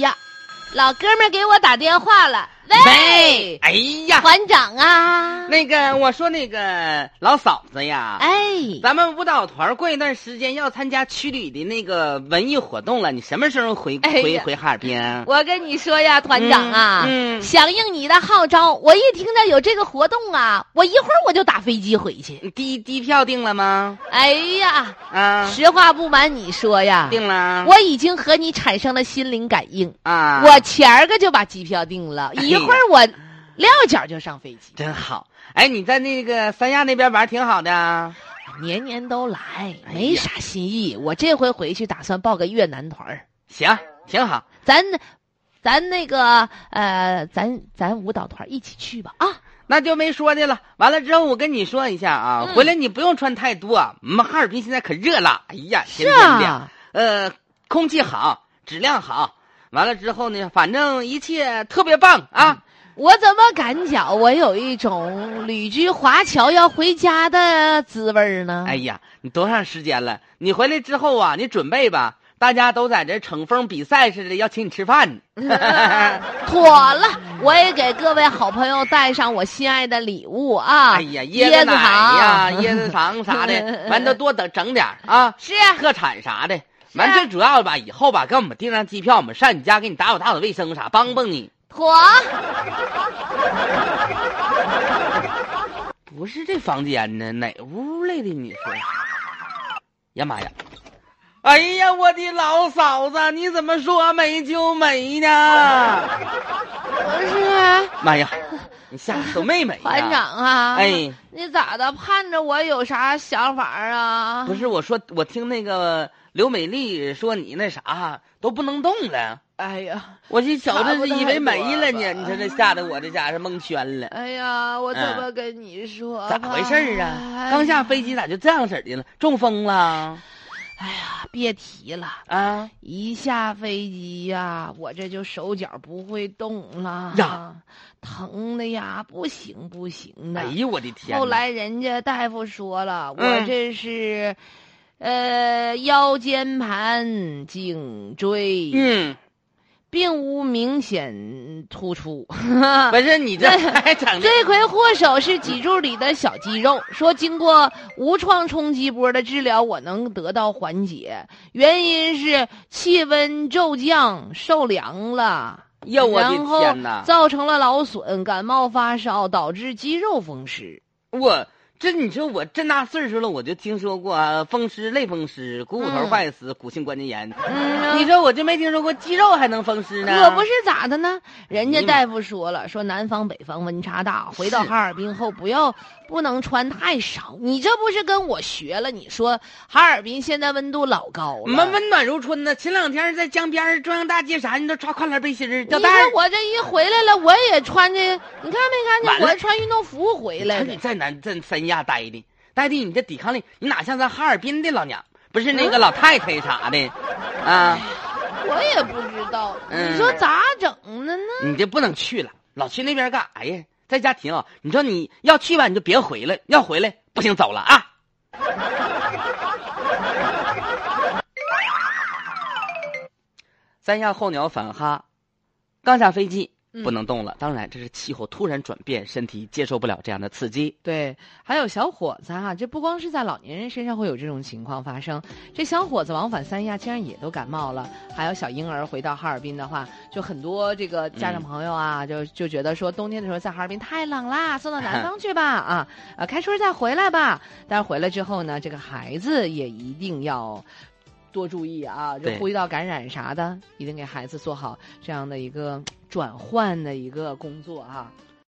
呀，老哥们儿给我打电话了，喂，哎呀，团长啊，那个我说那个老嫂子呀，哎，咱们舞蹈团过一段时间要参加区里的那个文艺活动了，你什么时候回、哎呀回回哈尔滨啊？我跟你说呀，团长啊，嗯嗯响应你的号召，我一听到有这个活动啊，我一会儿我就打飞机回去。低低票定了吗？哎呀，啊，实话不瞒你说呀，定了。我已经和你产生了心灵感应，啊，我前儿个就把机票订了，哎呀一会儿我撂脚就上飞机，真好。哎，你在那个三亚那边玩挺好的啊。年年都来，哎呀没啥新意。我这回回去打算报个越南团儿，行，挺好。咱咱那个呃，咱咱舞蹈团一起去吧啊！那就没说的了。完了之后，我跟你说一下啊，嗯回来你不用穿太多。我们哈尔滨现在可热了，哎呀，是天天的，啊，呃，空气好，质量好。完了之后呢，反正一切特别棒啊！我怎么感觉我有一种旅居华侨要回家的滋味儿呢？哎呀，你多长时间了？你回来之后啊，你准备吧，大家都在这逞风比赛似的，要请你吃饭。 妥了，我也给各位好朋友带上我心爱的礼物啊！哎呀，椰椰糖奶 呀，椰子糖啥 的，完都多等整点儿啊。是特产啥的。是完，最主要的吧，以后吧，跟我们订上机票，我们上你家给你打扫打扫卫生啥，帮帮你。妥。不是这房间呢，哪屋来的？你说？呀妈呀！哎呀，我的老嫂子，你怎么说没就没呢？不是妈呀，你吓死我妹妹呀！团长啊，哎，你咋的？盼着我有啥想法啊？不是我说，我听那个刘美丽说你那啥都不能动了，哎呀，我这小差子不是太以为多没了呢，吧你说这吓得我这家伙蒙圈了。 哎呀，我怎么跟你说吧？嗯咋回事儿啊？哎刚下飞机咋就这样式儿的了？中风了哎呀，别提了，啊？一下飞机呀、我这就手脚不会动了呀，疼的呀，不行不行的。哎呦我的天！后，来人家大夫说了，嗯我这是，呃，腰间盘颈椎，嗯，并无明显突出。 不是你这还整的罪魁祸首是脊柱里的小肌肉。说经过无创冲击波的治疗，我能得到缓解。原因是气温骤降，受凉了。呀我的然后天哪造成了劳损、感冒、发烧，导致肌肉风湿。我这你说我这大岁数了，我就听说过啊，风湿、类风湿、股骨头嗯坏死、骨性关节炎。嗯你说我就没听说过肌肉还能风湿呢？可不是咋的呢？人家嗯大夫说了，说南方北方温差大，回到是哈尔滨后不要不能穿太少。你这不是跟我学了？你说哈尔滨现在温度老高了，我们温暖如春呢。前两天在江边儿中央大街啥，人都穿跨栏背心儿、你吊带看儿。我这一回来了，我也穿着，你看没看完见了我穿运动服回来看你的？在南在三亚待的，待的你这抵抗力，你哪像咱哈尔滨的老娘，不是那个老太太啥的，啊，我也不知道，嗯你说咋整的呢？你就不能去了，老去那边干啥呀？在家挺好。你说你要去吧，你就别回来；要回来不行，走了啊。三亚候鸟返哈，刚下飞机嗯不能动了。当然，这是气候突然转变，身体接受不了这样的刺激。对，还有小伙子哈、这不光是在老年人身上会有这种情况发生，这小伙子往返三亚竟然也都感冒了。还有小婴儿回到哈尔滨的话，就很多这个家长嗯朋友啊，就就觉得说冬天的时候在哈尔滨太冷啦，送到南 方去吧啊，呃，开春再回来吧。但是回来之后呢，这个孩子也一定要。多注意啊！这对呼吸道感染啥的，一定给孩子做好这样的一个转换的一个工作啊。